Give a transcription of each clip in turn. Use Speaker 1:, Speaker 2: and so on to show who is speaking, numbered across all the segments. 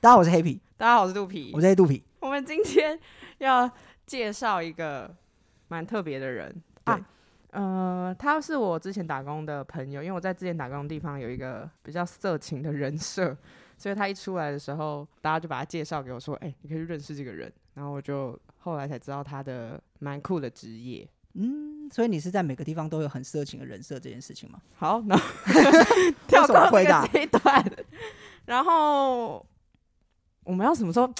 Speaker 1: 大家好，我是黑皮，
Speaker 2: 大家好，我是肚皮
Speaker 1: 我。是黑肚皮。
Speaker 2: 我们今天要介绍一个蛮特别的人啊
Speaker 1: 对，
Speaker 2: 呃，他是我之前打工的朋友，因为我在之前打工的地方有一个比较色情的人设， 所以他一出来的时候，大家就把他介绍给我说，哎、你可以去认识这个人。然后我就后来才知道他的蛮酷的职业。
Speaker 1: 嗯，所以你是在每个地方都有很色情的人设这件事情吗？
Speaker 2: 好， 然后跳
Speaker 1: 为什么
Speaker 2: 过
Speaker 1: 回
Speaker 2: 这
Speaker 1: 答
Speaker 2: 个这一段，然后我们要什么时候？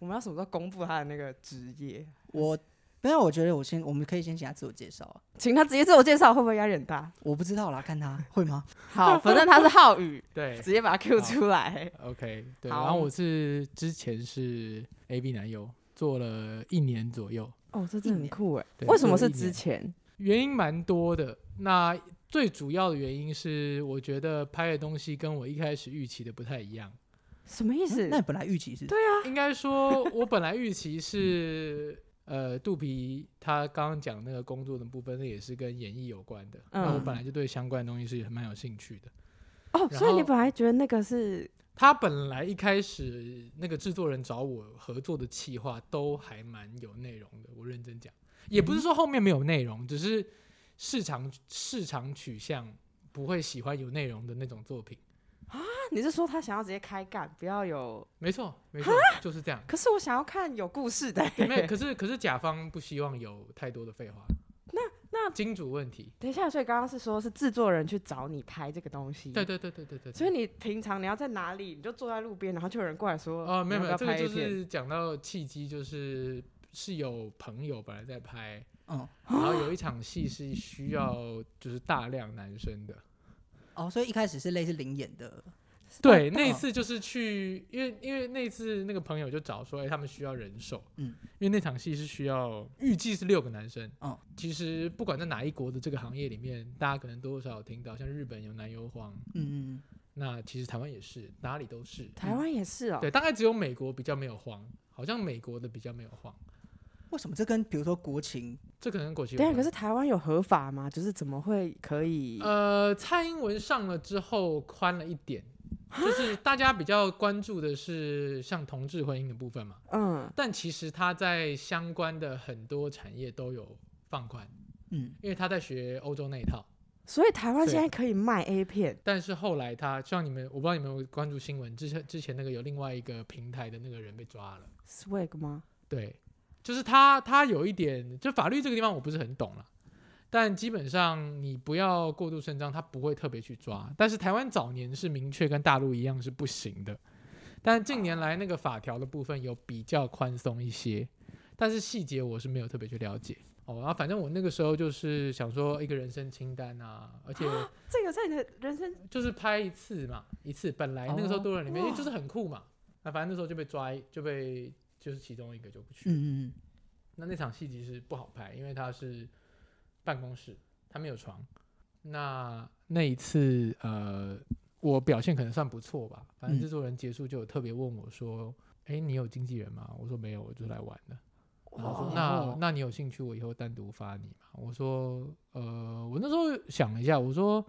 Speaker 2: 我们要什么时候公布他的那个职业？
Speaker 1: 我没有，我觉得我先，我们可以先请他自我介绍啊。
Speaker 2: 请他直接自我介绍，会不会压力很大？
Speaker 1: 我不知道啦，看他会吗？
Speaker 2: 好，反正他是浩宇，
Speaker 3: 对
Speaker 2: 直接把他 Q 出来。
Speaker 3: ，OK，对。
Speaker 2: 好
Speaker 3: 然后我是之前是 A B 男优，做了一年左右，
Speaker 2: 哦，这真的很酷哎！
Speaker 3: 对
Speaker 2: 为什么
Speaker 3: 做
Speaker 2: 是
Speaker 3: 了一
Speaker 2: 之
Speaker 3: 年
Speaker 2: 前？
Speaker 3: 原因蛮多的。那最主要的原因是，我觉得拍的东西跟我一开始预期的不太一样。
Speaker 2: 什么意思？哦
Speaker 1: 那你本来预期是
Speaker 2: 对
Speaker 3: 应该说，我本来预期是，呃，肚皮他刚刚讲那个工作的部分，那也是跟演艺有关的。那我
Speaker 2: 嗯
Speaker 3: 本来就对相关的东西是蛮有兴趣的。
Speaker 2: 哦，
Speaker 3: 然
Speaker 2: 所以你
Speaker 3: 后
Speaker 2: 本来觉得那个是
Speaker 3: 他本来一开始那个制作人找我合作的企划都还蛮有内容的，我认真讲，也不是说后面没有内容，只是市场市场取向不会喜欢有内容的那种作品。
Speaker 2: 啊你是说他想要直接开干，不要有？
Speaker 3: 没错，没错，就是这样。
Speaker 2: 可是我想要看有故事 的欸。
Speaker 3: 没有，可是可是甲方不希望有太多的废话。那那金主问题，
Speaker 2: 等一下，所以刚刚是说是制作人去找你拍这个东西。
Speaker 3: 对。对对对对对。对
Speaker 2: 所以你平常你要在哪里，你就坐在路边，然后就有人过来说
Speaker 3: 哦，没有
Speaker 2: 你
Speaker 3: 没有，
Speaker 2: 要
Speaker 3: 这
Speaker 2: 不要
Speaker 3: 个
Speaker 2: 拍
Speaker 3: 就
Speaker 2: 一片
Speaker 3: 是讲到契机，就是是有朋友本来在拍，
Speaker 1: 嗯，
Speaker 2: 哦
Speaker 3: 然后有一场戏是需要就是大量男生的。
Speaker 1: 哦，所以一开始是类似灵眼的，
Speaker 2: 哦
Speaker 3: 对，那次就是去，因为因为那次那个朋友就找说，哎、他们需要人手，
Speaker 1: 嗯
Speaker 3: 嗯，因为那场戏是需要预计是六个男生，
Speaker 1: 嗯
Speaker 3: 嗯，
Speaker 2: 哦
Speaker 3: 其实不管在哪一国的这个行业里面，大家可能多多少少有听到，像日本有男优荒，
Speaker 1: 嗯嗯
Speaker 3: 那其实台湾也是，哪里都是，
Speaker 2: 台湾也是哦。
Speaker 3: 对，大概只有美国比较没有荒，好像美国的比较没有荒，
Speaker 1: 嗯，为什么这跟比如说国情
Speaker 3: 这可能跟国籍有
Speaker 2: 对啊，
Speaker 3: 关。
Speaker 2: 可是台湾有合法吗？就是怎么会可以？
Speaker 3: 呃，蔡英文上了之后宽了一点，
Speaker 2: 啊
Speaker 3: 就是大家比较关注的是像同志婚姻的部分嘛。
Speaker 2: 嗯，
Speaker 3: 但其实他在相关的很多产业都有放宽，
Speaker 1: 嗯，
Speaker 3: 因为他在学欧洲那一套。
Speaker 2: 所以台湾
Speaker 3: 对
Speaker 2: 现在可以卖 A 片，
Speaker 3: 但是后来他，像你们，我不知道你们有没有关注新闻，之前之前那个有另外一个平台的那个人被抓了，
Speaker 2: swag 吗？
Speaker 3: 对，就是他他有一点，就法律这个地方我不是很懂了。但基本上你不要过度伸张，他不会特别去抓。但是台湾早年是明确跟大陆一样是不行的，但近年来那个法条的部分有比较宽松一些，但是细节我是没有特别去了解哦。然后反正我那个时候就是想说一个人生清单啊，而且
Speaker 2: 这个在你的人生
Speaker 3: 就是拍一次嘛，一次本来那个时候
Speaker 1: 哦
Speaker 3: 多人里面，因为就是很酷嘛，那反正那时候就被抓，就被就是其中一个就不去了。
Speaker 1: 嗯嗯
Speaker 3: 那那场戏其实不好拍，因为它是办公室，它没有床。那那一次，呃，我表现可能算不错吧。反正
Speaker 1: 嗯
Speaker 3: 制作人结束就有特别问我说：“哎、你有经纪人吗？”我说：“没有，我就是来玩的。”然后
Speaker 1: 哦
Speaker 3: 说：“哦那那你有兴趣，我以后单独发你吗？”我说：“呃，我那时候想了一下，我说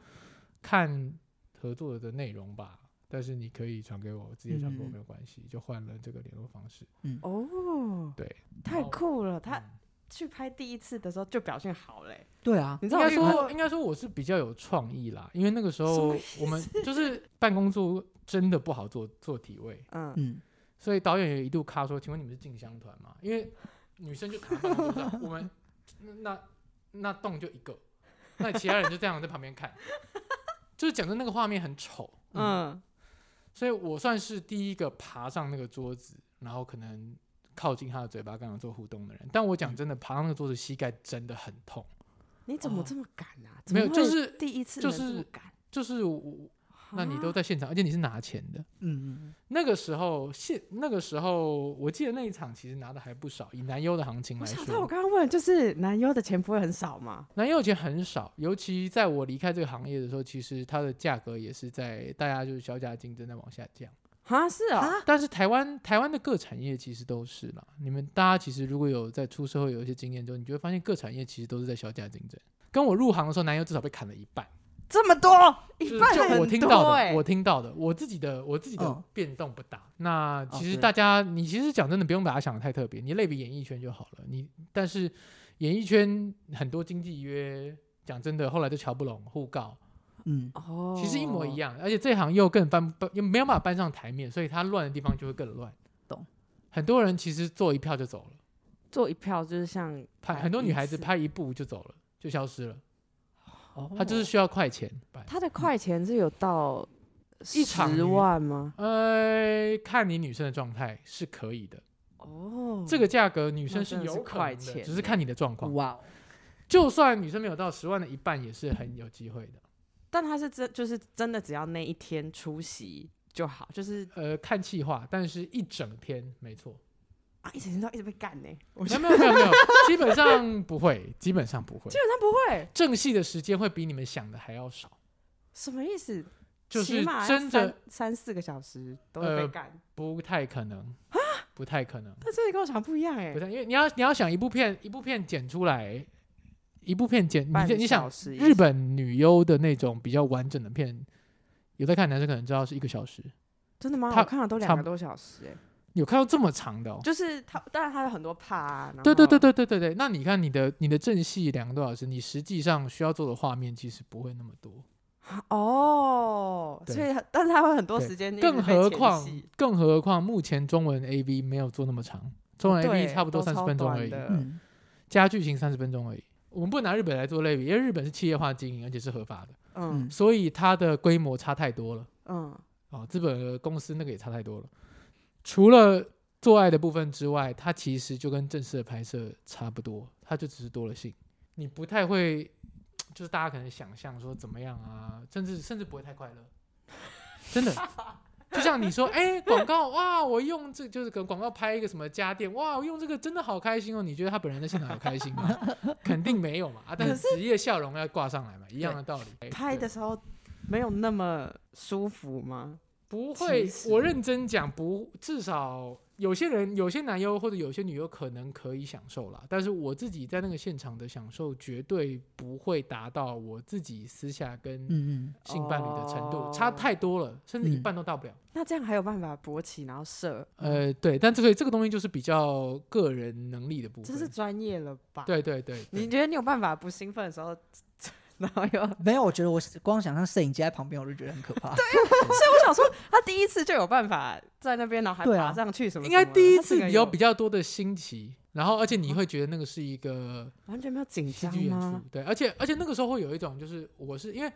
Speaker 3: 看合作的内容吧，但是你可以传给我，直接传给我
Speaker 1: 嗯嗯
Speaker 3: 没有关系。就换了这个联络方式。
Speaker 2: 哦，
Speaker 3: 对，
Speaker 2: 太酷了！他
Speaker 3: 嗯
Speaker 2: 去拍第一次的时候就表现好嘞，
Speaker 1: 对啊，
Speaker 2: 你知
Speaker 3: 应
Speaker 2: 道
Speaker 3: 该
Speaker 2: 我遇过
Speaker 3: 说，应该说我是比较有创意啦，因为那个时
Speaker 2: 什么
Speaker 3: 候
Speaker 2: 意思
Speaker 3: 我们就是办公桌真的不好做做体位，
Speaker 2: 嗯，
Speaker 1: 嗯，
Speaker 3: 所以导演也一度卡说：“请问你们是进香团吗？”因为女生就卡在办公桌上，我们那那洞就一个，那其他人就这样在旁边看，就是讲的那个画面很丑，
Speaker 2: 嗯，
Speaker 3: 所以我算是第一个爬上那个桌子，然后可能靠近他的嘴巴跟他做互动的人。但我
Speaker 2: 嗯
Speaker 3: 讲真的，爬上那个桌子膝盖真的很痛。
Speaker 2: 你怎么
Speaker 3: 哦
Speaker 2: 这么敢啊？
Speaker 3: 没有
Speaker 2: 怎么会
Speaker 3: 就是
Speaker 2: 第一次
Speaker 3: 就
Speaker 2: 能这么
Speaker 3: 是
Speaker 2: 敢，
Speaker 3: 就是我，那你都
Speaker 2: 啊
Speaker 3: 在现场，而且你是拿钱的。
Speaker 1: 嗯嗯
Speaker 3: 那个时候，现那个时候，我记得那一场其实拿的还不少，以男优的行情
Speaker 2: 我
Speaker 3: 来
Speaker 2: 想到我
Speaker 3: 说，
Speaker 2: 刚刚问，就是男优的钱不会很少吗？
Speaker 3: 男优钱很少，尤其在我离开这个行业的时候，其实它的价格也是在大家就是削价竞争在往下降。
Speaker 2: 啊，是哦，
Speaker 3: 但是台湾台湾的各产业其实都是啦，你们大家其实如果有在出社会有一些经验之后，你就会发现各产业其实都是在削价竞争。跟我入行的时候，男优至少被砍了一半，
Speaker 1: 这么多，
Speaker 2: 一
Speaker 3: 嗯就是
Speaker 2: 半
Speaker 3: 就
Speaker 2: 很
Speaker 3: 我听
Speaker 2: 多
Speaker 3: 到
Speaker 2: 欸
Speaker 3: 的，我听到的，我自己的我自己的
Speaker 1: 嗯
Speaker 3: 变动不大。那其
Speaker 1: 哦
Speaker 3: 实
Speaker 1: 对
Speaker 3: 大家，你其实讲真的不用把它想的太特别，你类比演艺圈就好了。你但是演艺圈很多经纪约，讲真的，后来都瞧不拢，互告，
Speaker 1: 嗯，
Speaker 2: 哦，
Speaker 3: 其实一模一。样。而且这行又更搬不又没有办法搬上台面，所以它乱的地方就会更乱。
Speaker 1: 懂？
Speaker 3: 很多人其实做一票就走了，
Speaker 2: 做一票就是像
Speaker 3: 拍
Speaker 2: 拍
Speaker 3: 很多女
Speaker 2: 一
Speaker 3: 孩子
Speaker 2: 次
Speaker 3: 拍一部就走了，就消失了。
Speaker 1: 哦
Speaker 3: 她就是需要快钱。
Speaker 2: 他的快钱是有到
Speaker 3: 一场
Speaker 2: 十
Speaker 3: 鱼
Speaker 2: 万吗？
Speaker 3: 呃，看你女生的状态是可以的。
Speaker 2: 哦，
Speaker 3: 这个价格女生
Speaker 2: 那
Speaker 3: 是
Speaker 2: 真的是
Speaker 3: 有可
Speaker 2: 快
Speaker 3: 能
Speaker 2: 钱
Speaker 3: 的，只是
Speaker 2: 耶
Speaker 3: 看你的状况。
Speaker 1: 哇哦，
Speaker 3: 就算女生没有到十万的一半，也是很有机会的。
Speaker 2: 但他是真就是真的，只要那一天出席就好，就是
Speaker 3: 呃，看气话，但是一整天没错。
Speaker 2: 啊，一整天都一直被干呢、我
Speaker 3: 没有没有没有没有，基本上不会，基本上不会
Speaker 2: 基。本上不会，
Speaker 3: 正戏的时间会比你们想的还要少，
Speaker 2: 什么意思？
Speaker 3: 就
Speaker 2: 起
Speaker 3: 是
Speaker 2: 码要
Speaker 3: 真
Speaker 2: 三
Speaker 3: 的
Speaker 2: 三四个小时都会被
Speaker 3: 呃
Speaker 2: 干，
Speaker 3: 不太可能，
Speaker 2: 啊
Speaker 3: 不太可能，
Speaker 2: 但这里跟我想的不一样哎、
Speaker 3: 不太，因为你要你要想一部片一部片剪出来，一部片剪，
Speaker 2: 半
Speaker 3: 你你
Speaker 2: 小
Speaker 3: 想
Speaker 2: 时以
Speaker 3: 日本女优的那种比较完整的片，有在看男生可能知道是一个小时，
Speaker 2: 真的吗？
Speaker 3: 他
Speaker 2: 我看了都
Speaker 3: 差
Speaker 2: 两个
Speaker 3: 不
Speaker 2: 多小时哎、
Speaker 3: 有看到这么长的、哦？
Speaker 2: 就是他，当然他有很多怕啊，然
Speaker 3: 对对
Speaker 2: 后
Speaker 3: 对，对对对对，那你看你的你的正戏两个多小时，你实际上需要做的画面其实不会那么多，
Speaker 2: 哦，
Speaker 3: 对
Speaker 2: 所以他但是他会很多
Speaker 3: 对
Speaker 2: 时间一直被
Speaker 3: 更何
Speaker 2: 前
Speaker 3: 况
Speaker 2: 戏
Speaker 3: 更何况目前中文 A V 没有做那么长，中文 A
Speaker 2: 哦对
Speaker 3: V 差不多
Speaker 2: 都
Speaker 3: 三十
Speaker 2: 超
Speaker 3: 分钟
Speaker 2: 短
Speaker 3: 而已，
Speaker 2: 的
Speaker 1: 嗯，
Speaker 3: 加剧情三十分钟而已。我们不拿日本来做类比，因为日本是企业化经营，而且是合法的，
Speaker 2: 嗯
Speaker 1: 嗯
Speaker 3: 所以它的规模差太多了
Speaker 2: 嗯，
Speaker 3: 哦，资本额公司那个也差太多了。除了做爱的部分之外，它其实就跟正式的拍摄差不多，它就只是多了性。你不太会，就是大家可能想象说怎么样啊，甚至甚至不会太快乐，真的。就像你说，哎、广告哇，我用这就是跟广告拍一个什么家电，哇，我用这个真的好开心哦。你觉得他本人在现场有开心吗？ 肯定没有嘛。啊，但是职业笑容要挂上来嘛，一样的道理。
Speaker 2: 拍的时候没有那么舒服吗？
Speaker 3: 不
Speaker 2: 其
Speaker 3: 会，
Speaker 2: 实
Speaker 3: 我认真讲，不，至少有些人、有些男优或者有些女优可能可以享受啦，但是我自己在那个现场的享受绝对不会达到我自己私下跟
Speaker 1: 嗯
Speaker 3: 性伴侣的程度，
Speaker 2: 哦
Speaker 3: 差太多了，甚至一
Speaker 1: 嗯
Speaker 3: 半都到不了。
Speaker 2: 那这样还有办法勃起然后射？
Speaker 3: 呃，对，但这个这个东西就是比较个人能力的部
Speaker 2: 这是
Speaker 3: 分。
Speaker 2: 专业了吧？，
Speaker 3: 对对对，对
Speaker 2: 你觉得你有办法不兴奋的时候， 然后又？
Speaker 1: 嗯，没有，我觉得我光想象摄影机在旁边，我就觉得很可怕。
Speaker 2: 我想说，他第一次就有办法在那边，然后还
Speaker 1: 对啊
Speaker 2: 爬上去什么
Speaker 3: 应
Speaker 2: 什么的？
Speaker 3: 该第一
Speaker 2: 他这
Speaker 3: 次
Speaker 2: 个
Speaker 3: 你有
Speaker 2: 有
Speaker 3: 比较多的新奇，然后而且你会觉得那个是一个
Speaker 2: 完全没有紧
Speaker 3: 戏
Speaker 2: 张
Speaker 3: 剧演出
Speaker 2: 吗？，
Speaker 3: 对，而且而且那个时候会有一种就是我是因为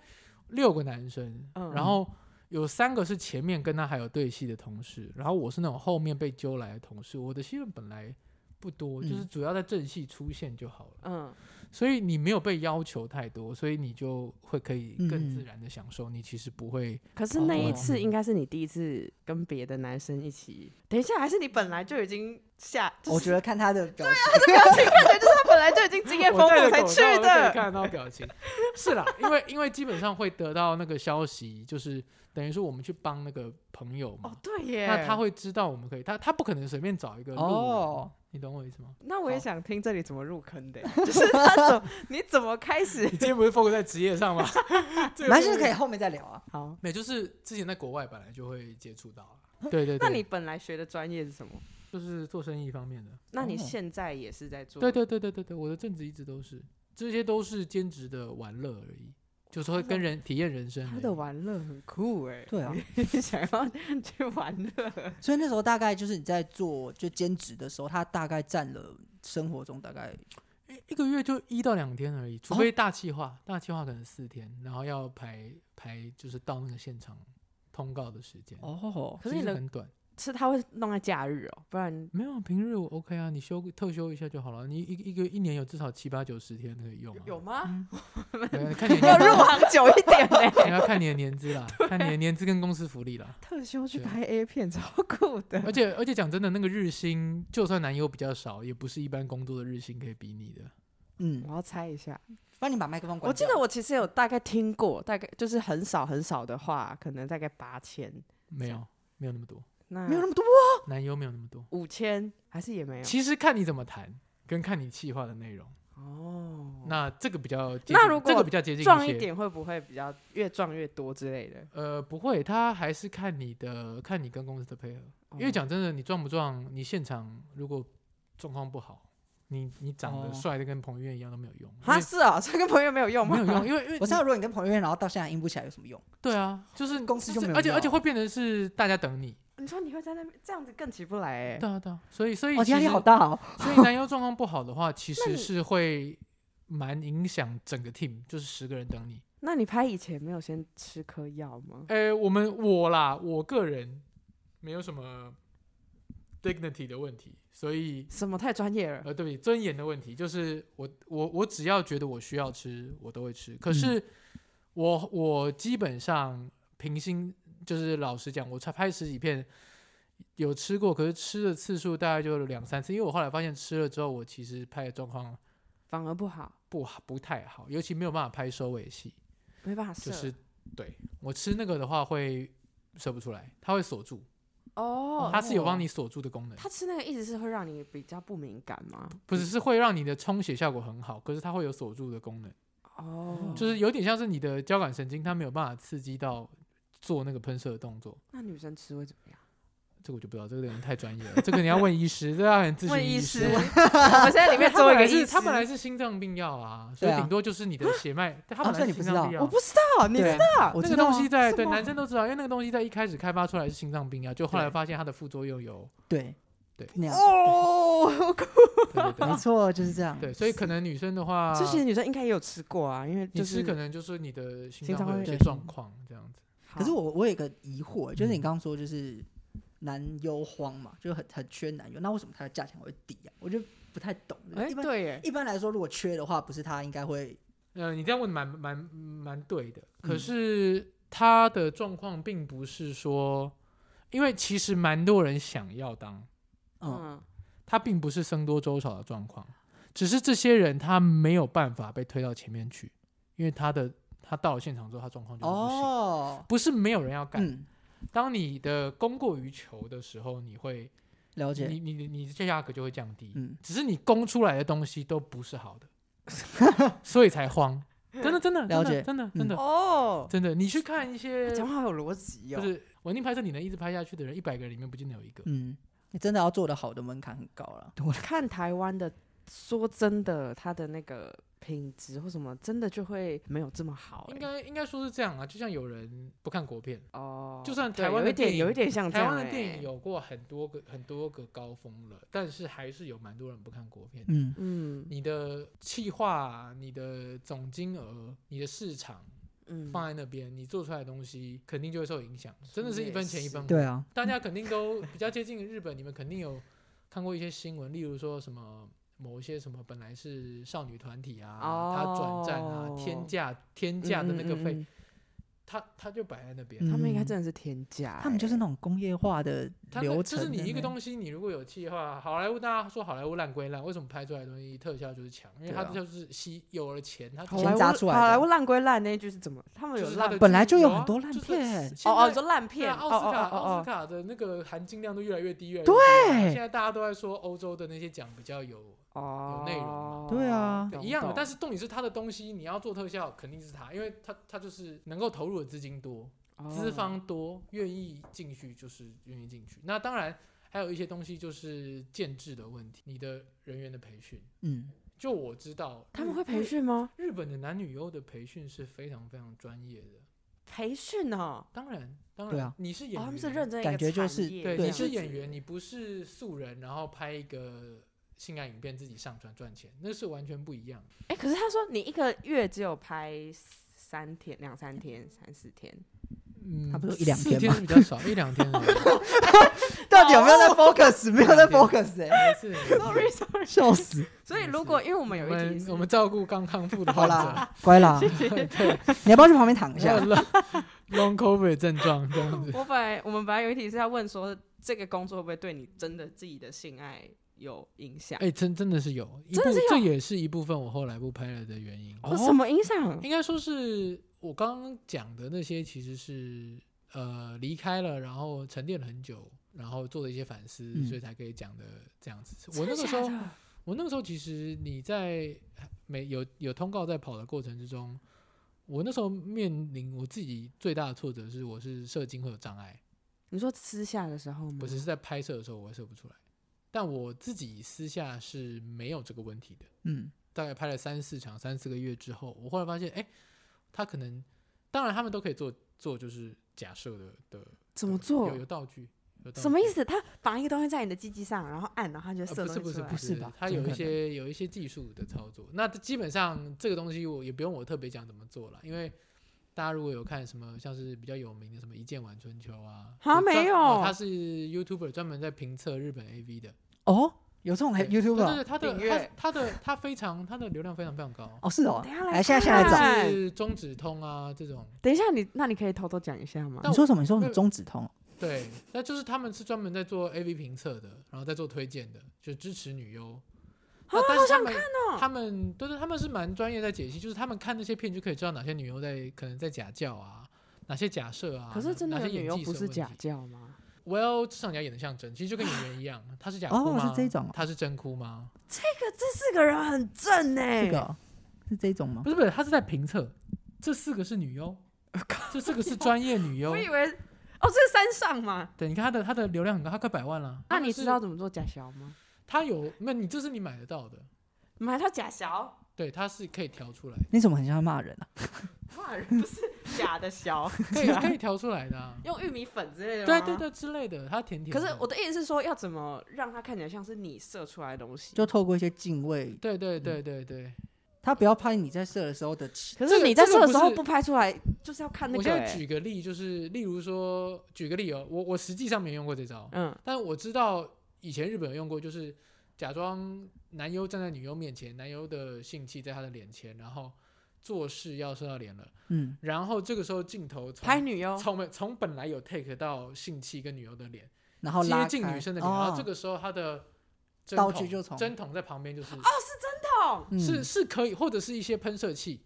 Speaker 3: 六个男生，
Speaker 2: 嗯
Speaker 3: 然后有三个是前面跟他还有对戏的同事，然后我是那种后面被揪来的同事，我的戏份本来不多，就是
Speaker 1: 嗯
Speaker 3: 主要在正戏出现就好了，
Speaker 2: 嗯，
Speaker 3: 所以你没有被要求太多，所以你就会可以更
Speaker 1: 嗯
Speaker 3: 自然的享受，你其实不 会
Speaker 2: 可是那一
Speaker 3: 哦
Speaker 2: 次应该是你第一次跟别的男生一起。等一下，还是你本来就已经下？
Speaker 1: 我觉
Speaker 2: 得
Speaker 1: 得看他的表情，
Speaker 2: 表情看起来就是他本来就已经经验丰
Speaker 3: 我戴
Speaker 2: 富
Speaker 3: 着
Speaker 2: 才
Speaker 3: 口
Speaker 2: 去
Speaker 3: 罩都可以
Speaker 2: 的。
Speaker 3: 看得到表情。 是啦，因为因为基本上会得到那个消息，就是等于说我们去帮那个朋友嘛
Speaker 2: 哦，，对耶。
Speaker 3: 那他会知道我们可以，他他不可能随便找一个路人，
Speaker 1: 哦
Speaker 3: 你懂我意思吗？
Speaker 2: 那我也
Speaker 3: 好
Speaker 2: 想听这里怎么入坑的，欸 就是他怎么你怎么开始？
Speaker 3: 你今天不是 focus 在职业上吗？这个
Speaker 1: 蛮
Speaker 3: 是
Speaker 1: 是可以后面再聊啊。
Speaker 2: 好，
Speaker 3: 没有，就是之前在国外本来就会接触到了。对对对，
Speaker 2: 那你本来学的专业是什么？
Speaker 3: 就是做生意方面的。
Speaker 2: 那你
Speaker 1: 哦
Speaker 2: 现在也是在做？
Speaker 3: 对对对对对对，我的正职一直都是，这些都是兼职的玩乐而已，就是会
Speaker 2: 他的
Speaker 3: 跟人体验人生而
Speaker 2: 他
Speaker 3: 已。
Speaker 2: 的玩乐很酷哎、
Speaker 1: 对啊，
Speaker 2: 想要去玩乐，
Speaker 1: 所以那时候大概就是你在做就兼职的时候，他大概占了生活中大概
Speaker 3: 一一个月就一到两天而已，除
Speaker 1: 哦
Speaker 3: 非大气化，大气化可能四天，然后要排排就是到那个现场通告的时间。
Speaker 1: 哦，
Speaker 2: 可是你
Speaker 3: 其实
Speaker 2: 的
Speaker 3: 很短。
Speaker 2: 是他会弄在假日哦、不然
Speaker 3: 没有，平日我 OK 啊，你休个特休一下就好了。你一一个一年有至少七八九十天可以用、啊。
Speaker 2: 有吗？
Speaker 3: 对啊，看 你的
Speaker 2: 要
Speaker 3: 年
Speaker 2: 入行久一点欸呢、
Speaker 3: 你要看你的年资啦，看你的年资跟公司福利啦。
Speaker 2: 特休去
Speaker 3: 对
Speaker 2: 拍 A 片超酷的，
Speaker 3: 而且而且讲真的，那个日薪就算男优比较少，也不是一般工作的日薪可以比拟的。
Speaker 1: 嗯，
Speaker 2: 我要猜一下，
Speaker 1: 帮你把麦克风关掉。
Speaker 2: 我记得我其实有大概听过，大概就是很少很少的话，可能大概八千，
Speaker 3: 没
Speaker 2: 啊
Speaker 3: 有没有那么多，
Speaker 2: 那
Speaker 1: 没有那么多，
Speaker 3: 男优没有那么多。
Speaker 2: 五千还是也没有
Speaker 3: 其实看你怎么谈，跟看你企划的内容。
Speaker 2: 哦，
Speaker 3: 那这个比较接近
Speaker 2: 那如果
Speaker 3: 这个比较接近一
Speaker 2: 撞
Speaker 3: 些
Speaker 2: 一点会不会比较越撞越多之类的？
Speaker 3: 呃，不会，他还是看你的，看你跟公司的配合。
Speaker 2: 哦
Speaker 3: 因为讲真的，你撞不撞，你现场如果状况不好，你你长
Speaker 1: 哦
Speaker 3: 得帅的跟彭于晏一样都没有用，因
Speaker 2: 他是啊， 这跟朋友没有用
Speaker 3: 为
Speaker 2: 吗？
Speaker 3: 没有用，因为因为
Speaker 1: 我知
Speaker 3: 你
Speaker 1: 道，如果你跟彭于晏然后到现在硬不起来有什么用？
Speaker 3: 对啊，就是
Speaker 1: 公司就
Speaker 3: 这
Speaker 1: 没有
Speaker 3: 而且而且
Speaker 1: 要
Speaker 3: 会变成是大家等你，
Speaker 2: 你说你会在那边这样子更起不来哎、
Speaker 3: 对啊对啊，所以所以
Speaker 1: 哦，
Speaker 3: 其
Speaker 1: 压力
Speaker 3: 实
Speaker 1: 好大哦。
Speaker 3: 所以男优状况不好的话，其
Speaker 2: 那
Speaker 3: 实
Speaker 2: 你
Speaker 3: 是会蛮影响整个 team，就是十个人等你。
Speaker 2: 那你拍以前没有先吃颗药吗？
Speaker 3: 诶，我们我啦，我个人没有什么 dignity 的问题，所以
Speaker 2: 什么太专业了？
Speaker 3: 呃，对不起，尊严的问题，就是我我我只要觉得我需要吃，我都会吃。可是我、我基本上平心，就是老实讲，我才拍十几片，有吃过，可是吃的次数大概就两三次，因为我后来发现吃了之后，我其实拍的状况
Speaker 2: 反而不好，
Speaker 3: 不好不太好，尤其没有办法拍收尾戏，
Speaker 2: 没办法射。
Speaker 3: 就是对我吃那个的话会射不出来，它会锁住，
Speaker 2: 哦，
Speaker 3: 它是有帮你锁住的功能。
Speaker 2: 他吃那个一直是会让你比较不敏感吗？
Speaker 3: 不只是会让你的充血效果很好，可是它会有锁住的功能。
Speaker 2: 哦，
Speaker 3: 就是有点像是你的交感神经，它没有办法刺激到做那个喷射的动作。
Speaker 2: 那女生吃会怎么样？
Speaker 3: 这个我就不知道，这个有点太专业了，这个你要问医师，这要很咨询师。
Speaker 2: 我们现在里面
Speaker 3: 他
Speaker 2: 做一
Speaker 3: 本
Speaker 2: 个
Speaker 3: 来
Speaker 2: 医
Speaker 3: 是
Speaker 2: 师，
Speaker 3: 他本来是心脏病药啊，所以
Speaker 1: 对啊
Speaker 3: 顶多就是你的血脉。但他本
Speaker 1: 哦所
Speaker 3: 来
Speaker 1: 以你
Speaker 3: 是
Speaker 1: 不
Speaker 3: 心
Speaker 1: 知道
Speaker 3: 脏病药
Speaker 2: 我，不知道，你
Speaker 1: 对
Speaker 2: 知
Speaker 1: 啊
Speaker 2: 道
Speaker 1: 我知
Speaker 3: 那个
Speaker 1: 道
Speaker 3: 东
Speaker 1: 啊
Speaker 3: 西在
Speaker 2: 什
Speaker 3: 对
Speaker 2: 么
Speaker 3: 男生都知道，因为那个东西在一开始开发出来是心脏病药，就后来
Speaker 1: 对
Speaker 3: 发现它的副作用有
Speaker 1: 对，
Speaker 3: 对
Speaker 1: 那样
Speaker 2: 哦。
Speaker 3: 对对
Speaker 1: 没
Speaker 3: 对
Speaker 1: 错，就是这样。
Speaker 3: 对，所以可能女生的话，
Speaker 2: 这些女生应该也有吃过啊，因为
Speaker 3: 啊你
Speaker 2: 就是
Speaker 3: 吃可能就是你的心
Speaker 2: 心脏
Speaker 3: 脏会有一
Speaker 2: 会
Speaker 3: 些
Speaker 2: 有
Speaker 3: 状况这样子。
Speaker 1: 可是
Speaker 2: 好
Speaker 1: 我我有一个疑惑，就是你
Speaker 3: 嗯
Speaker 1: 刚刚说就是男优荒嘛，就很很缺男优，那为什么它的价钱会低啊？我就不太懂。
Speaker 2: 哎
Speaker 1: 一般
Speaker 2: 对耶，
Speaker 1: 一般来说，如果缺的话，不是他应该会
Speaker 3: 呃，你这样问蛮蛮蛮对的，可
Speaker 1: 嗯
Speaker 3: 是他的状况并不是说，因为其实蛮多人想要当，
Speaker 1: 嗯
Speaker 2: 嗯，
Speaker 3: 他并不是僧多粥少的状况，只是这些人他没有办法被推到前面去，因为他的他到了现场之后，他状况就是嗯不行。
Speaker 1: 哦，
Speaker 3: 不是没有人要干，
Speaker 1: 嗯，
Speaker 3: 当你的供过于求的时候，你会，
Speaker 1: 了
Speaker 3: 你
Speaker 1: 解，
Speaker 3: 你你你这价格就会降低，
Speaker 1: 嗯，
Speaker 3: 只是你供出来的东西都不是好的， 所以才慌。真的真的
Speaker 1: 了
Speaker 3: 真的
Speaker 1: 解
Speaker 3: 真的真
Speaker 1: 嗯
Speaker 3: 的
Speaker 2: 哦，
Speaker 3: 真的，你去看一 些
Speaker 2: 讲话好有逻辑
Speaker 3: 就
Speaker 2: 哦。
Speaker 3: 是稳定拍摄，你能一直拍下去的人，一百个里面不见得有一个。
Speaker 1: 嗯，你真的要做的好的门槛很高了。
Speaker 2: 看台湾的，说真的，他的那个品质或什么，真的就会没哦有这么好欸耶。
Speaker 3: 应该应该说是这样啊，就像有人不看国片，
Speaker 2: 哦，
Speaker 3: 就算
Speaker 2: 对
Speaker 3: 台湾
Speaker 2: 有
Speaker 3: 的
Speaker 2: 一点
Speaker 3: 电
Speaker 2: 有一
Speaker 3: 影
Speaker 2: 点像这
Speaker 3: 台
Speaker 2: 样欸
Speaker 3: 湾的
Speaker 2: 耶
Speaker 3: 电影，有过很多个很多个高峰了，但是还是有蛮多人不看国片。
Speaker 1: 嗯，
Speaker 2: 嗯
Speaker 3: 你的企划、你的总金额、你的市场
Speaker 2: 嗯，
Speaker 3: 放在那边，你做出来的东西肯定就会受影响，真的是一分钱一分货。
Speaker 1: 对啊，
Speaker 3: 大家肯定都比较接近日本，你们肯定有看过一些新闻，例如说什么某一些什么本来是少女团体啊，他转战啊，
Speaker 2: 哦
Speaker 3: 天价天价的那个费，
Speaker 2: 嗯嗯嗯
Speaker 3: 他他就摆在那边。
Speaker 1: 嗯
Speaker 2: 他们应该真的是天价耶，欸
Speaker 1: 他们就是那种工业化的
Speaker 3: 他
Speaker 1: 流
Speaker 3: 那
Speaker 1: 程啊
Speaker 3: 就
Speaker 1: 的
Speaker 3: 是
Speaker 1: 那，
Speaker 3: 你一个东西，你如果有气化，好莱坞大家说好莱坞烂归烂，为什么拍出来的东西特效就是强？因为
Speaker 2: 对啊
Speaker 3: 它就是吸有了钱，它
Speaker 2: 好
Speaker 1: 钱
Speaker 2: 莱
Speaker 1: 先
Speaker 2: 坞
Speaker 1: 砸出来的
Speaker 2: 好莱坞烂归烂那一句是怎么？他们有
Speaker 3: 就是它
Speaker 2: 烂
Speaker 3: 的
Speaker 1: 本来
Speaker 3: 就
Speaker 1: 就有很
Speaker 3: 啊
Speaker 1: 多烂
Speaker 3: 就是
Speaker 1: 片
Speaker 3: 现
Speaker 2: 哦哦，
Speaker 3: 在
Speaker 2: 你说烂
Speaker 3: 对
Speaker 2: 片，
Speaker 3: 啊，奥斯卡，
Speaker 2: 哦哦哦
Speaker 3: 奥斯
Speaker 2: 哦
Speaker 3: 卡的那个含金量都越来越低，越来越
Speaker 1: 对
Speaker 3: 低啊现在大家都在说欧洲的那些奖比较有
Speaker 2: 哦，
Speaker 3: 有内容嘛
Speaker 1: 对啊
Speaker 3: 对一样的，但
Speaker 2: 是
Speaker 3: 是重点是他的东西，你要做特效肯定是他，因为他他就是能够投入的资金多，
Speaker 2: 哦
Speaker 3: 资方多，愿意进去就是愿意进去。那当然还有一些东西就是建制的问题，你的人员的培训，
Speaker 1: 嗯，
Speaker 3: 就我知道
Speaker 2: 他们
Speaker 3: 日
Speaker 2: 会培
Speaker 3: 日
Speaker 2: 训吗？
Speaker 3: 日本的男女优的培训是非常非常专业的，
Speaker 2: 培训哦，
Speaker 3: 当然当然
Speaker 1: 对啊
Speaker 3: 你是演
Speaker 2: 哦，
Speaker 3: 员，
Speaker 2: 他们是认真的一个
Speaker 1: 感觉就
Speaker 2: 产
Speaker 1: 是
Speaker 2: 业
Speaker 3: 对，
Speaker 2: 这
Speaker 3: 你
Speaker 2: 样
Speaker 3: 是
Speaker 2: 子
Speaker 3: 演员，你不是素人，然后拍一个性爱影片自己上传赚钱，那是完全不一样的。
Speaker 2: 哎，可是他说你一个月只有拍三天、两三天、三四天，
Speaker 3: 嗯
Speaker 1: 差不多一两
Speaker 3: 四
Speaker 1: 天
Speaker 3: 天
Speaker 1: 吧
Speaker 3: 是比较少，一 两天而已。
Speaker 1: 到底有没有在 focus？没有在
Speaker 3: 两天
Speaker 1: focus 哎，
Speaker 3: 没事，
Speaker 2: Sorry Sorry，
Speaker 1: 笑死！
Speaker 2: 所以如果因为我们
Speaker 3: 我
Speaker 2: 有一
Speaker 3: 们
Speaker 2: 题
Speaker 3: 我们照顾刚康复的
Speaker 1: 好
Speaker 3: 患
Speaker 1: 啦
Speaker 3: 者，，
Speaker 1: 乖啦，
Speaker 3: 对，
Speaker 1: 你要不要去旁边躺一
Speaker 3: 还有
Speaker 1: 下？
Speaker 3: long long covid 症状这样子。
Speaker 2: 我本来我们本来有一题是要问说这个工作会不会对你真的自己的性爱有影响？
Speaker 3: 哎，真真的是有，一
Speaker 2: 真的
Speaker 3: 部
Speaker 2: 是有
Speaker 3: 这也是一部分我后来不拍了的原因。
Speaker 2: 有哦什么影响？
Speaker 3: 应该说是我刚刚讲的那些，其实是呃离开了，然后沉淀了很久，然后做的一些反思，
Speaker 1: 嗯
Speaker 3: 所以才可以讲的这样子。
Speaker 2: 真
Speaker 3: 我
Speaker 2: 的
Speaker 3: 那个时
Speaker 2: 假
Speaker 3: 候
Speaker 2: 的，
Speaker 3: 我那个时候其实你在没有有通告在跑的过程之中，我那时候面临我自己最大的挫折是，我是射精会有障碍，
Speaker 2: 你说私下的时候吗？
Speaker 3: 不是是在拍摄的时候我会射不出来，但我自己私下是没有这个问题的。
Speaker 1: 嗯，
Speaker 3: 大概拍了三四场、三四个月之后，我后来发现，哎、他可能，当然他们都可以做做就是假设的的，
Speaker 2: 怎么做
Speaker 3: 有？有道具，有道具
Speaker 2: 什么意？思？他绑一个东西在你的鸡鸡上，然后按，然后他就
Speaker 3: 呃
Speaker 2: 射
Speaker 3: 不
Speaker 2: 东
Speaker 3: 是
Speaker 2: 西
Speaker 3: 不
Speaker 2: 出
Speaker 3: 是
Speaker 2: 来
Speaker 3: 不
Speaker 1: 是吧
Speaker 3: 它
Speaker 1: 怎么
Speaker 3: 有一
Speaker 1: 可
Speaker 3: 些有一些技术的操作。那基本上这个东西我也不用我特别讲怎么做了，因为大家如果有看什么像是比较有名的什么一键玩春秋啊，
Speaker 2: 啊
Speaker 3: 就专
Speaker 2: 没有
Speaker 3: 哦他是 YouTuber 专门在评测日本 AV 的，
Speaker 1: 哦，有这种
Speaker 3: 对
Speaker 1: YouTube
Speaker 3: 对对
Speaker 1: 啊
Speaker 3: 对，他
Speaker 2: 订
Speaker 3: 的
Speaker 2: 阅
Speaker 3: 他他的他非常他的流量非常非常高。
Speaker 1: 哦，是哦，
Speaker 2: 等一下来
Speaker 1: 来现在现
Speaker 2: 看
Speaker 1: 在
Speaker 2: 看
Speaker 1: 找，
Speaker 2: 哎
Speaker 3: 是中指通啊这种，
Speaker 2: 等一下你，那你可以偷偷讲一下吗？
Speaker 3: 但
Speaker 1: 你说什么？你说什
Speaker 3: 没有
Speaker 1: 么中指通？
Speaker 3: 对，那就是他们是专门在做 AV 评测的，然后在做推荐的，就支持女优。
Speaker 2: 啊
Speaker 3: 那但是他们、
Speaker 2: 哦
Speaker 3: 他们对对，他们是蛮专业在解析，就是他们看那些片就可以知道哪些女优在可能在假教啊，哪些假设啊，
Speaker 2: 可是真的
Speaker 3: 哪
Speaker 2: 有
Speaker 3: 些演
Speaker 2: 女优
Speaker 3: 技
Speaker 2: 不是
Speaker 3: 问题
Speaker 2: 假。叫吗？
Speaker 3: Well，至少你要演的像真，其实就跟演员 一样，他是假
Speaker 1: 哦
Speaker 3: 哭吗？
Speaker 1: 是这
Speaker 2: 啊
Speaker 1: 种哦
Speaker 3: 他是真哭吗？
Speaker 2: 四个人很正呢、欸
Speaker 1: 这个哦是这种吗
Speaker 3: 不？是不是，他是在评测，这四个是 女优，这四个是专业女优
Speaker 2: 我。以为哦，这是山上嘛。
Speaker 3: 对，你看他的他的流量很高，他快百万了。
Speaker 2: 那
Speaker 3: 他们
Speaker 2: 你
Speaker 3: 是
Speaker 2: 知道怎么做假小吗？
Speaker 3: 他有没有？你这是你买得到的，
Speaker 2: 买到假小，
Speaker 3: 对，它是可以调出来，
Speaker 1: 你怎么很像在骂人啊？
Speaker 2: 哇，不是假的 小，，
Speaker 3: 可以可以调出来的、啊
Speaker 2: 用玉米粉之类的
Speaker 3: 对对。对之类的，它甜甜
Speaker 2: 可
Speaker 3: 的。
Speaker 2: 是我的意思是说，要怎么让它看起来像是你射出来的东西？
Speaker 1: 就透过一些敬畏，
Speaker 3: 对对对
Speaker 2: 嗯
Speaker 3: 对对，
Speaker 2: 啊
Speaker 1: 他不要拍你在射的时候的气，
Speaker 2: 可
Speaker 3: 这
Speaker 2: 是
Speaker 3: 个
Speaker 2: 你在
Speaker 3: 这
Speaker 2: 射
Speaker 3: 个
Speaker 2: 的
Speaker 3: 不
Speaker 2: 时候
Speaker 3: 是
Speaker 2: 不拍出来，就是要看那
Speaker 3: 我
Speaker 2: 个、
Speaker 3: 现在
Speaker 2: 欸。
Speaker 3: 举个例，就是例如说，举个例哦，我我实际上没用过这招，
Speaker 2: 嗯，
Speaker 3: 但我知道以前日本有用过，就是假装男优站在女优面前，男优的性器在他的脸前，然后做事要射到脸了，
Speaker 1: 嗯，
Speaker 3: 然后这个时候镜头从
Speaker 2: 拍女优，
Speaker 3: 从从本来有 take 到性器跟女优的脸。
Speaker 1: 然后拉
Speaker 3: 接近
Speaker 1: 开
Speaker 3: 女生的脸，然后这
Speaker 1: 哦
Speaker 3: 个时候她的针
Speaker 1: 道
Speaker 3: 筒
Speaker 1: 具就从
Speaker 3: 针筒在旁边就是
Speaker 2: 痛
Speaker 1: 嗯
Speaker 3: 是是可以，或者是一些喷射器，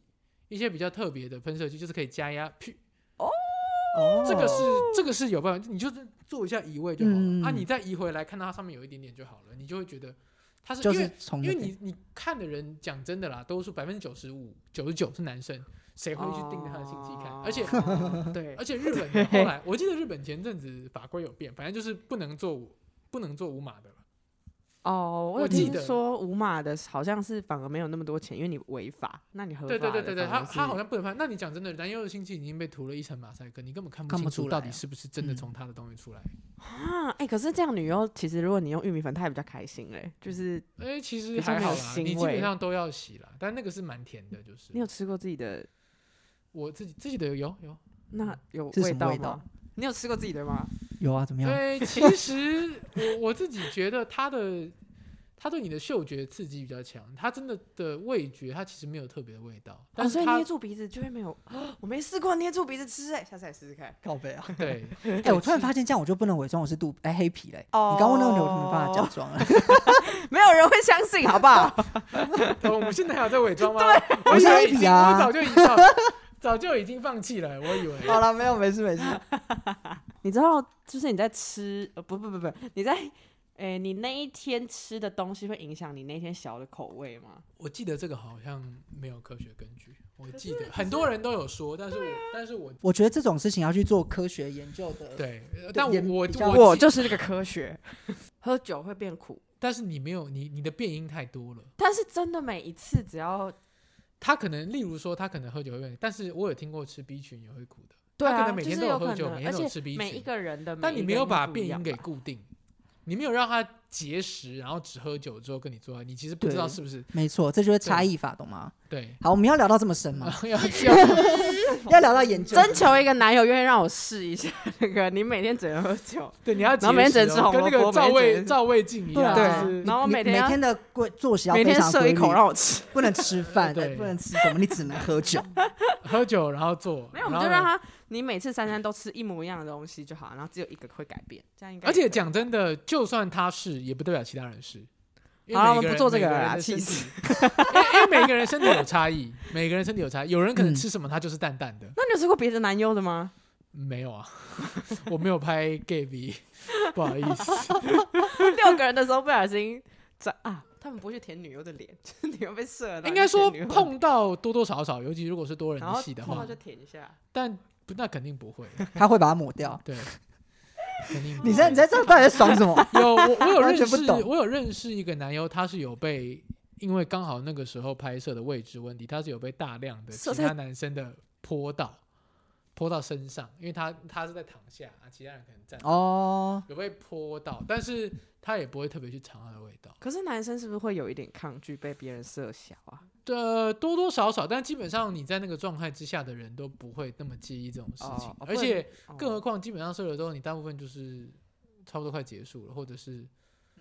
Speaker 3: 一些比较特别的喷射器，就是可以加压，噗，
Speaker 1: 哦，
Speaker 3: 这个是这个是有办法，你就是做一下移位就好了
Speaker 1: 嗯
Speaker 3: 啊，你再移回来看到它上面有一点点就好了，你就会觉得它是
Speaker 1: 就
Speaker 3: 因
Speaker 1: 是
Speaker 3: 为
Speaker 1: 从
Speaker 3: 因
Speaker 1: 那
Speaker 3: 为
Speaker 1: 边
Speaker 3: 你你看的人讲真的啦，都是百分之九十五九十九是男生，谁会去盯着他的性器看？
Speaker 1: 哦
Speaker 2: 哦
Speaker 3: 而且
Speaker 2: 且对
Speaker 3: 而且日本的后来，我记得日本前阵子法规有变，反正就是不能做五不能做无码的了。
Speaker 2: 哦，
Speaker 3: 我
Speaker 2: 有
Speaker 3: 记
Speaker 2: 听
Speaker 3: 得
Speaker 2: 说五码的好像是反而没有那么多钱，因为你违法，那你合法
Speaker 3: 对
Speaker 2: 的
Speaker 3: 对对对对，
Speaker 2: 反
Speaker 3: 他
Speaker 2: 而是
Speaker 3: 他好像不能拍。那你讲真的，男优的星期已经被涂了一层马赛克，你根本看不
Speaker 1: 看
Speaker 3: 清
Speaker 1: 不
Speaker 3: 楚
Speaker 1: 出
Speaker 3: 到
Speaker 1: 来
Speaker 3: 底
Speaker 1: 啊
Speaker 3: 是不是真的
Speaker 1: 嗯
Speaker 3: 从他的东西出来。
Speaker 2: 啊，哎、可是这样女优其实如果你用玉米粉，她也比较开心嘞。就是
Speaker 3: 哎，其实
Speaker 2: 比较
Speaker 3: 还
Speaker 2: 没有
Speaker 3: 好啦，
Speaker 2: 腥
Speaker 3: 你基本
Speaker 2: 味
Speaker 3: 上都要洗啦，但那个是蛮甜的，就是
Speaker 2: 你有吃过自己的
Speaker 3: 我自己自己的有有。
Speaker 2: 那有
Speaker 1: 是什么
Speaker 2: 道哦
Speaker 1: 味
Speaker 2: 吗？
Speaker 1: 道
Speaker 2: 你有吃过自己的吗？
Speaker 1: 有啊，怎么样？
Speaker 3: 对，其实我我自己觉得他的他对你的嗅觉刺激比较强，他真的的味觉他其实没有特别的味道，但
Speaker 2: 哦，
Speaker 3: 是
Speaker 2: 所以
Speaker 3: 他
Speaker 2: 捏住鼻子就会没有。哦我没试过捏住鼻子吃、哎，下次来试试看。
Speaker 1: 告白啊！
Speaker 3: 对，
Speaker 1: 哎，我突然发现这样我就不能伪装我是杜哎黑皮嘞。
Speaker 2: 哦
Speaker 1: 你刚问那个问题，我就没办法假装了。
Speaker 2: 没有人会相信，好不好？
Speaker 3: 哦我们现在还有在伪装吗？我
Speaker 1: 我
Speaker 3: 以
Speaker 1: 是
Speaker 3: 为
Speaker 1: 黑
Speaker 3: 已经
Speaker 1: 皮啊
Speaker 3: 我早就已经早就已经放弃了，我以为。
Speaker 2: 哦
Speaker 1: 好了，没有，没事没事。
Speaker 2: 你知道，就是你在吃，呃，不不不不，你在，哎、你那一天吃的东西会影响你那天小的口味吗？
Speaker 3: 我记得这个好像没有科学根据，我记得很多人都有说，但
Speaker 2: 啊
Speaker 3: 是我、但是我
Speaker 1: 我觉得这种事情要去做科学研究的，
Speaker 3: 对，呃但我
Speaker 1: 也
Speaker 3: 我
Speaker 1: 比较
Speaker 3: 我
Speaker 2: 我
Speaker 3: 记
Speaker 2: 就是这个科学， 喝酒会变苦，
Speaker 3: 但是你没有你你的变音太多了，
Speaker 2: 但是真的每一次只要
Speaker 3: 他可能例如说他可能喝酒会变，但是我有听过吃 B 群也会苦的，
Speaker 2: 对
Speaker 3: 他可
Speaker 2: 啊，
Speaker 3: 能每
Speaker 2: 就
Speaker 3: 天
Speaker 2: 是
Speaker 3: 都有
Speaker 2: 有
Speaker 3: 喝
Speaker 2: 可
Speaker 3: 酒，
Speaker 2: 能，
Speaker 3: 每天
Speaker 2: 而
Speaker 3: 都有
Speaker 2: 且
Speaker 3: 吃 B
Speaker 2: 每一
Speaker 3: 群，
Speaker 2: 个人的每一个人不一样吧，
Speaker 3: 但你没有把变音给 固定，你没有让他节食，然后只喝酒之后跟你做爱，你其实不知道
Speaker 1: 对
Speaker 3: 是不是
Speaker 1: 没错，这就是差异法，懂吗？
Speaker 3: 对。
Speaker 1: 好，我们要聊到这么深吗？
Speaker 3: 然
Speaker 2: 嗯
Speaker 3: 后要要
Speaker 1: 要聊到研究，
Speaker 2: 征求一个男友愿意让我试一下那个，你每天只能喝 酒，
Speaker 3: 对，你要节
Speaker 2: 然后每天只
Speaker 3: 食
Speaker 2: 能吃
Speaker 3: 哦，
Speaker 2: 红
Speaker 3: 跟那
Speaker 2: 萝
Speaker 3: 个
Speaker 2: 卜
Speaker 3: 赵
Speaker 2: 每天只
Speaker 3: 魏
Speaker 2: 能
Speaker 3: 赵魏晋一
Speaker 1: 对
Speaker 3: 样，
Speaker 1: 啊
Speaker 3: 就是
Speaker 2: 然后
Speaker 1: 你
Speaker 2: 哦每天
Speaker 1: 每
Speaker 2: 要
Speaker 1: 天的规作息要
Speaker 2: 每
Speaker 1: 非
Speaker 2: 天
Speaker 1: 常
Speaker 2: 射一
Speaker 1: 规
Speaker 2: 口
Speaker 1: 律
Speaker 2: 让我吃，
Speaker 1: 不能吃饭，
Speaker 3: 对
Speaker 1: 对，不能吃什么，你只能喝酒。
Speaker 3: 喝酒然后做，
Speaker 2: 没有，我
Speaker 3: 然
Speaker 2: 们
Speaker 3: 后
Speaker 2: 就让
Speaker 3: 呢
Speaker 2: 他你每次三餐都吃一模一样的东西就好，然后只有一个会改变，这样应该。
Speaker 3: 而且，讲真的，就算他是，也不代表其他人是。因为
Speaker 2: 好了，我
Speaker 3: 每个
Speaker 2: 们
Speaker 3: 人
Speaker 2: 不做这
Speaker 3: 每
Speaker 2: 个
Speaker 3: 个
Speaker 2: 了
Speaker 3: 人
Speaker 2: 啦，
Speaker 3: 的
Speaker 2: 气
Speaker 3: 身体
Speaker 2: 死！
Speaker 3: 因为因为每个人身体有差异，每个人身体有差异，有人可能
Speaker 1: 嗯
Speaker 3: 吃什么他就是淡淡的，
Speaker 2: 那你有吃过别的男优的 吗？
Speaker 3: 没有啊，我没有 拍 gay V，不好意思，
Speaker 2: 六个人的时候不小心，这啊，他们不会去舔女优的脸， 就是你会被射到。
Speaker 3: 应该说
Speaker 2: 你去舔女优
Speaker 3: 碰到多多少少，尤其如果是多人
Speaker 2: 然后
Speaker 3: 戏的
Speaker 2: 碰到
Speaker 3: 话
Speaker 2: 就，舔一下，
Speaker 3: 但不那肯定不会，
Speaker 1: 他会把它抹掉。
Speaker 3: 对， 肯定不会。
Speaker 1: 你现在你在这到底在爽什么？
Speaker 3: 有我我有
Speaker 1: 完
Speaker 3: 认
Speaker 1: 全不
Speaker 3: 识
Speaker 1: 懂
Speaker 3: 我有认识一个男优，他是有被因为刚好那个时候拍摄的位置问题，他是有被大量的其
Speaker 2: 射在
Speaker 3: 他男生的泼到泼到身上，因为他他是在躺下，啊其他人可能站，
Speaker 1: 哦，
Speaker 3: 有被泼到，但是他也不会特别去尝他的味道。
Speaker 2: 可是男生是不是会有一点抗拒被别人射小啊？
Speaker 3: 呃，多多少少，但基本上你在那个状态之下的人都不会那么介意这种事情，
Speaker 2: 哦哦不
Speaker 3: 而且
Speaker 2: 哦
Speaker 3: 更何况基本上射了之后，你大部分就是差不多快结束了，或者是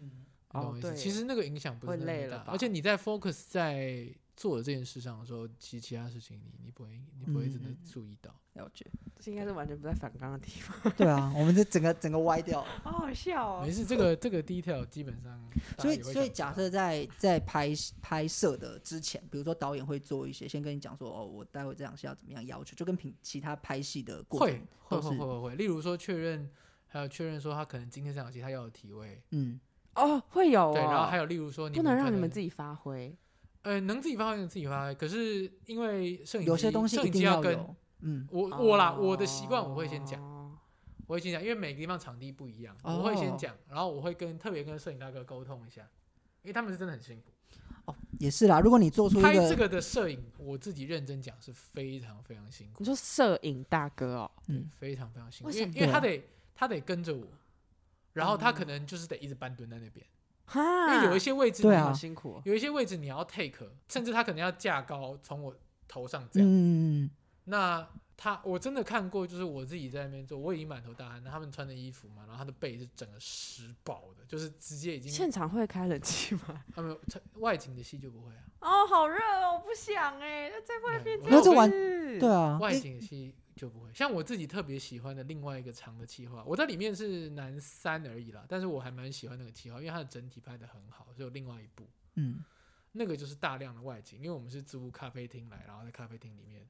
Speaker 3: 你懂
Speaker 2: 哦
Speaker 3: 我意思
Speaker 2: 对，
Speaker 3: 其实那个影响不是
Speaker 2: 会
Speaker 3: 那么
Speaker 2: 累
Speaker 3: 大
Speaker 2: 了吧
Speaker 3: 而且你在 focus 在做的这件事上的时候，其其他事情你你不会你不会真的
Speaker 1: 嗯嗯嗯
Speaker 3: 注意到。
Speaker 1: 了解。
Speaker 2: 这应该是完全不在反刚的地方，
Speaker 1: 对啊，我们这整个整个歪掉了。
Speaker 2: 好好笑哦
Speaker 3: 没。事，这个这个 detail 基本上大
Speaker 1: 所
Speaker 3: 家
Speaker 1: 以，
Speaker 3: 也
Speaker 1: 所
Speaker 3: 会
Speaker 1: 以
Speaker 3: 想
Speaker 1: 假
Speaker 3: 知道
Speaker 1: 设在在拍拍摄的之前，比如说导演会做一些，先跟你讲说，哦，我待会这场戏要怎么样要求，就跟平其他拍戏的过
Speaker 3: 会
Speaker 1: 程
Speaker 3: 会
Speaker 1: 都
Speaker 3: 会
Speaker 1: 是
Speaker 3: 会，会会，例如说确认，还有确认说他可能今天这场戏他要的体位，
Speaker 1: 嗯，
Speaker 2: 哦，会有哦。
Speaker 3: 对，然后还有例如说你
Speaker 2: 不能让你们
Speaker 3: 己，
Speaker 2: 自己发挥，
Speaker 3: 呃，能自己发挥能自己发挥，可是因为摄影
Speaker 1: 有些
Speaker 3: 机
Speaker 1: 东西
Speaker 3: 摄
Speaker 1: 一
Speaker 3: 影机
Speaker 1: 定要
Speaker 3: 跟
Speaker 1: 有，嗯，
Speaker 3: 我我啦，我的
Speaker 2: 哦
Speaker 3: 习惯我会先讲。。我会先讲，因为每个地方场地不一样，
Speaker 1: 哦
Speaker 3: 我会先讲，然后我会跟特别跟摄影大哥沟通一下，因为他们是真的很辛苦。
Speaker 1: 也是啦。如果你做出一
Speaker 3: 拍这
Speaker 1: 个，
Speaker 3: 个的摄影，我自己认真讲是非常非常辛苦
Speaker 2: 你，说摄影大哥哦，
Speaker 1: 嗯
Speaker 3: 非常非常辛苦，
Speaker 2: 为
Speaker 3: 因
Speaker 2: 什
Speaker 3: 为
Speaker 2: 么
Speaker 3: 因为他
Speaker 1: 啊
Speaker 3: 得他得跟着我，然后他可能就是得一直搬蹲在那边，因
Speaker 2: 哈，
Speaker 3: 为有一些位置
Speaker 1: 对
Speaker 3: 你
Speaker 1: 啊
Speaker 2: 好辛苦哦。
Speaker 3: 有一些位置你要 take，甚至他可能要架高从我头上这样。
Speaker 1: 嗯，
Speaker 3: 那他我真的看过，就是我自己在那边做，我已经满头大汗，那他们穿的衣服嘛，然后他的背是整个湿爆的，就是直接已经
Speaker 2: 现场会开冷气吗？
Speaker 3: 他们外景的戏就不会啊，
Speaker 2: 哦，好热哦，我不想哎，那在外面
Speaker 3: 对
Speaker 2: 这
Speaker 1: 那这
Speaker 2: 样
Speaker 1: 完
Speaker 2: 子
Speaker 1: 对啊，
Speaker 3: 外
Speaker 1: 诶
Speaker 3: 景的戏就不会。像我自己特别喜欢的另外一个长的企划，我在里面是男三而已啦，但是我还蛮喜欢那个企划，因为它的整体拍的很好。所以有另外一部，
Speaker 1: 嗯，
Speaker 3: 那个就是大量的外景，因为我们是租咖啡厅来，然后在咖啡厅里面，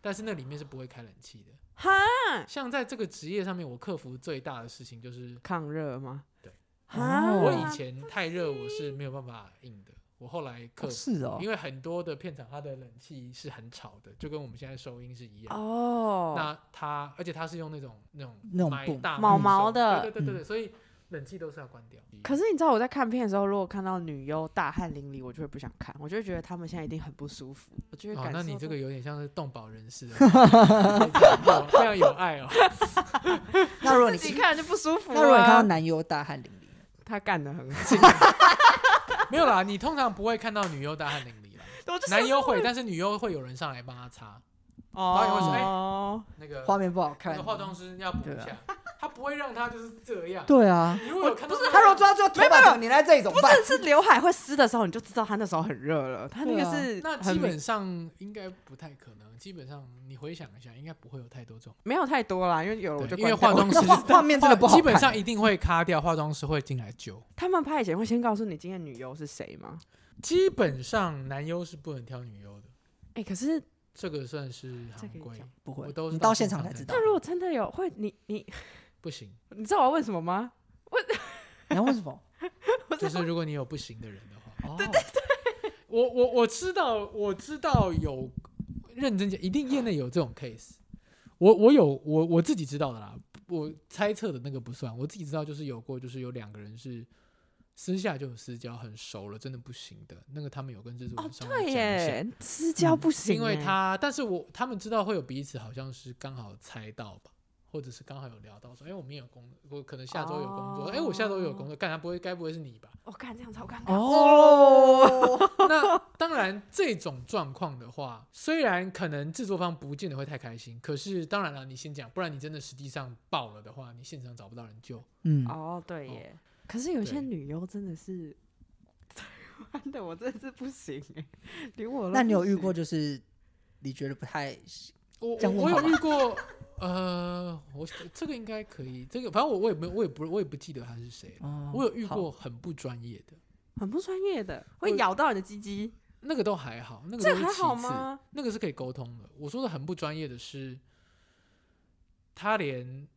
Speaker 3: 但是那里面是不会开冷气的。
Speaker 2: 哈，
Speaker 1: 啊
Speaker 3: 像在这个职业上面，我克服最大的事情就是，
Speaker 2: 抗热吗？
Speaker 3: 对
Speaker 2: 哈，
Speaker 1: 哦
Speaker 3: 我以前太热我是没有办法硬的，我后来克
Speaker 1: 哦
Speaker 3: 服。
Speaker 1: 是哦
Speaker 3: 因，为很多的片场它的冷气是很吵的，就跟我们现在收音是一样。
Speaker 2: 哦，
Speaker 3: 那它，而且它是用那种那种
Speaker 1: 那种
Speaker 3: 麦
Speaker 1: 布嗯
Speaker 3: 大
Speaker 2: 毛
Speaker 3: 木
Speaker 2: 毛
Speaker 3: 手
Speaker 2: 的
Speaker 3: 对对对对对，所以冷气都是要关掉。
Speaker 2: 可是你知道我在看片的时候，如果看到女优大汗淋漓，我就会不想看，我就会觉得他们现在一定很不舒服，我
Speaker 1: 嗯
Speaker 2: 就会
Speaker 3: 哦
Speaker 2: 感，受。
Speaker 3: 那你这个有点像是动保人士的 感觉，非常有爱哦。
Speaker 1: 那如果你
Speaker 2: 自己看了就不舒服啊。
Speaker 1: 那如果你看到男优大汗淋漓，
Speaker 2: 他干的 很好，
Speaker 3: 没有啦，你通常不会看到女优大汗淋漓啦，
Speaker 2: 我 就
Speaker 3: 男优会，但是女优会有人上来帮她擦。导演会说
Speaker 2: 哦，
Speaker 3: 那个
Speaker 1: 画面不好
Speaker 3: 那
Speaker 1: 看
Speaker 3: 个，化妆师要补一
Speaker 1: 对啊
Speaker 3: 下，他不会让她就是这样。
Speaker 1: 对啊，
Speaker 3: 你如果有看到那个，
Speaker 1: 他如果抓住头发整粘在这里怎么办？
Speaker 2: 但是刘海会湿的时候，你就知道他那时候很热了。他那个是
Speaker 3: 啊那
Speaker 2: 很
Speaker 3: 基本上应该不太可能。基本上你回想一下，应该不会有太多这种。
Speaker 2: 没有太多啦，因为有了我就
Speaker 3: 对因为
Speaker 2: 关
Speaker 3: 化
Speaker 2: 掉
Speaker 3: 妆师
Speaker 1: 画画面真的不好
Speaker 3: 基
Speaker 1: 看
Speaker 3: 本上一定会卡掉，化妆师会进来救。
Speaker 2: 他们拍以前会先告诉你今天女优是谁吗？
Speaker 3: 基本上男优是不能挑女优的，
Speaker 2: 哎、可是
Speaker 3: 这个算是
Speaker 2: 这
Speaker 3: 行
Speaker 2: 可以
Speaker 3: 规
Speaker 2: 讲，
Speaker 1: 不会
Speaker 3: 我都，是
Speaker 1: 你
Speaker 3: 到
Speaker 1: 到
Speaker 3: 现
Speaker 1: 现
Speaker 3: 场
Speaker 1: 场
Speaker 3: 才
Speaker 1: 才
Speaker 3: 知
Speaker 1: 知
Speaker 3: 道
Speaker 1: 道
Speaker 2: 那。如果真的有会，你你
Speaker 3: 不行。
Speaker 2: 你知道我要问什么吗？
Speaker 1: 你要问什么？
Speaker 3: 就是如果你有不行的人的 话，哦，对对对，我我我知道，我知道有认真讲，一定业内有这种 case。我我有我我自己知道的啦，我猜测的那个不算，我自己知道就是有过，就是有两个人是私下就有私交，很熟了，真的不行的。那个他们有跟制作
Speaker 2: 哦
Speaker 3: 人，稍微
Speaker 2: 对
Speaker 3: 讲一下
Speaker 2: 耶，私交不行耶、
Speaker 3: 因为
Speaker 1: 欸
Speaker 3: 他，但是我他们知道会有彼此，好像是刚好猜到吧，或者是刚好有聊到说，哎、我们也有工，我可能下周有工作，哎、我下周有工作，干他不会，该不会是你吧？
Speaker 2: 我看、哦这样超尴尬。
Speaker 1: 哦，
Speaker 3: 那当然，这种状况的话，虽然可能制作方不见得会太开心，可是当然了，你先讲，不然你真的实际上爆了的话，你现场找不到人救。
Speaker 1: 嗯，
Speaker 2: 哦，对耶。可是有些女优真的是 台湾的，我真的是不行 哎，连
Speaker 3: 哦
Speaker 2: 我都
Speaker 1: 那你有
Speaker 2: 不
Speaker 1: 遇
Speaker 2: 行
Speaker 1: 过就是你觉得不太
Speaker 3: 我
Speaker 1: 这
Speaker 3: 我
Speaker 1: 样问
Speaker 3: 我
Speaker 1: 好
Speaker 3: 有
Speaker 1: 吗
Speaker 3: 遇过，呃，我这个应该可以，这个反正我我也没有我也不我也不记得他是谁了，
Speaker 1: 哦
Speaker 3: 我有遇
Speaker 1: 好
Speaker 3: 过很不专业的。
Speaker 2: 很不专业的，
Speaker 3: 我
Speaker 2: 会咬到你的鸡鸡，
Speaker 3: 那个都还好，那个
Speaker 2: 这
Speaker 3: 都是
Speaker 2: 还
Speaker 3: 其
Speaker 2: 好
Speaker 3: 次
Speaker 2: 吗？
Speaker 3: 那个是可以沟通的。我说的很不专业的是，他连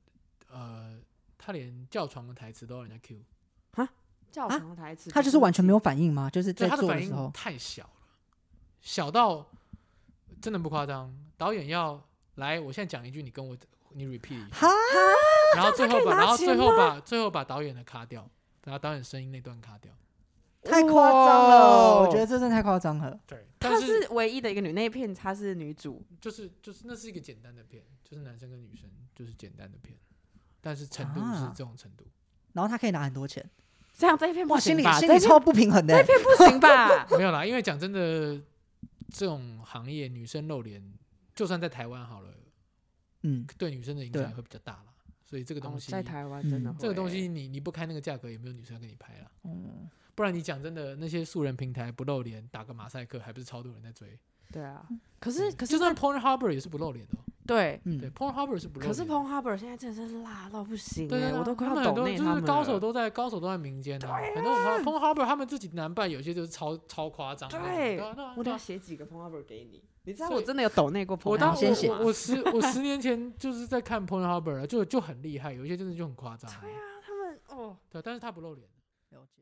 Speaker 3: 呃，他连叫床的台词都要人家 Q
Speaker 2: 哈，较
Speaker 1: 啊
Speaker 2: 长的台词，
Speaker 1: 他就是完全没有反应吗？就是
Speaker 3: 对
Speaker 1: 在
Speaker 3: 他的
Speaker 1: 做
Speaker 3: 反
Speaker 1: 时
Speaker 3: 应
Speaker 1: 候，
Speaker 3: 太小了，小到真的不夸张。导演要来，我现在讲一句，你跟我你 repeat 一下，
Speaker 1: 哈，
Speaker 3: 然后最后
Speaker 2: 这样才可以
Speaker 3: 把
Speaker 2: 拿
Speaker 3: 然后
Speaker 2: 钱
Speaker 3: 最后把最后把导演的卡掉，然后导演声音那段卡掉。
Speaker 1: 太夸张了，
Speaker 2: 哇
Speaker 1: 我觉得这真的太夸张了。
Speaker 3: 对，但
Speaker 2: 她
Speaker 3: 是
Speaker 2: 是唯一的一个女那一片，她是女主，
Speaker 3: 就是就是那是一个简单的片，就是男生跟女生就是简单的片，但是程度是
Speaker 1: 啊
Speaker 3: 这种程度。
Speaker 1: 然后他可以拿很多钱，
Speaker 2: 这样这一片不
Speaker 1: 哇，心
Speaker 2: 行
Speaker 1: 里
Speaker 2: 吧？
Speaker 1: 心
Speaker 2: 这
Speaker 1: 里
Speaker 2: 一片
Speaker 1: 超不平衡的
Speaker 2: 这一
Speaker 1: 欸。
Speaker 2: 片不行吧？
Speaker 3: 没有啦，因为讲真的，这种行业女生露脸，就算在台湾好了，
Speaker 1: 嗯，
Speaker 3: 对女生的影响也会比较大啦。所以这个东
Speaker 2: 哦
Speaker 3: 西，
Speaker 2: 在台湾真的
Speaker 1: 嗯
Speaker 2: 会
Speaker 3: 这个东西你你不开那个价格，也没有女生要跟你拍啦。
Speaker 1: 哦
Speaker 3: 不然你讲真的，那些素人平台不露脸，打个马赛克，还不是超多人在追？
Speaker 2: 对啊，可是可
Speaker 3: 就是算 Porn Harbor 也是不露脸的、哦，
Speaker 2: 对，
Speaker 3: 对
Speaker 1: 嗯，
Speaker 3: ，Porn Harbor 是不露
Speaker 2: 可
Speaker 3: 脸的。
Speaker 2: 是 p o n h u b e r 现在真的是辣到不行
Speaker 3: 对
Speaker 2: 欸
Speaker 3: 对对，
Speaker 2: 我都快
Speaker 3: 他
Speaker 2: 要
Speaker 3: 们很
Speaker 2: 抖
Speaker 3: 多
Speaker 2: 内
Speaker 3: 就是
Speaker 2: 们
Speaker 3: 高手
Speaker 2: 了
Speaker 3: 都在高手都在民间啊，很多很多 Porn Harbor 他们自己男扮，有些就是超超夸张的那种。
Speaker 2: 对
Speaker 3: 啊对啊
Speaker 2: 我
Speaker 3: 对
Speaker 2: 等
Speaker 3: 啊
Speaker 2: 下写几个 p o n h u b e r 给你，你知道
Speaker 3: 所以
Speaker 2: 我真的有抖内过 p o
Speaker 3: 我
Speaker 2: n h
Speaker 3: 当
Speaker 2: u
Speaker 1: 你
Speaker 2: b
Speaker 1: 先写
Speaker 2: e
Speaker 3: 我
Speaker 2: r
Speaker 3: 我我十我十年前就是在看
Speaker 2: 啊
Speaker 3: Pornhub 了，就就很厉害，有一些真的就很夸张。
Speaker 2: 对啊，他们哦。
Speaker 3: 对，但是他不露脸。
Speaker 1: 了解。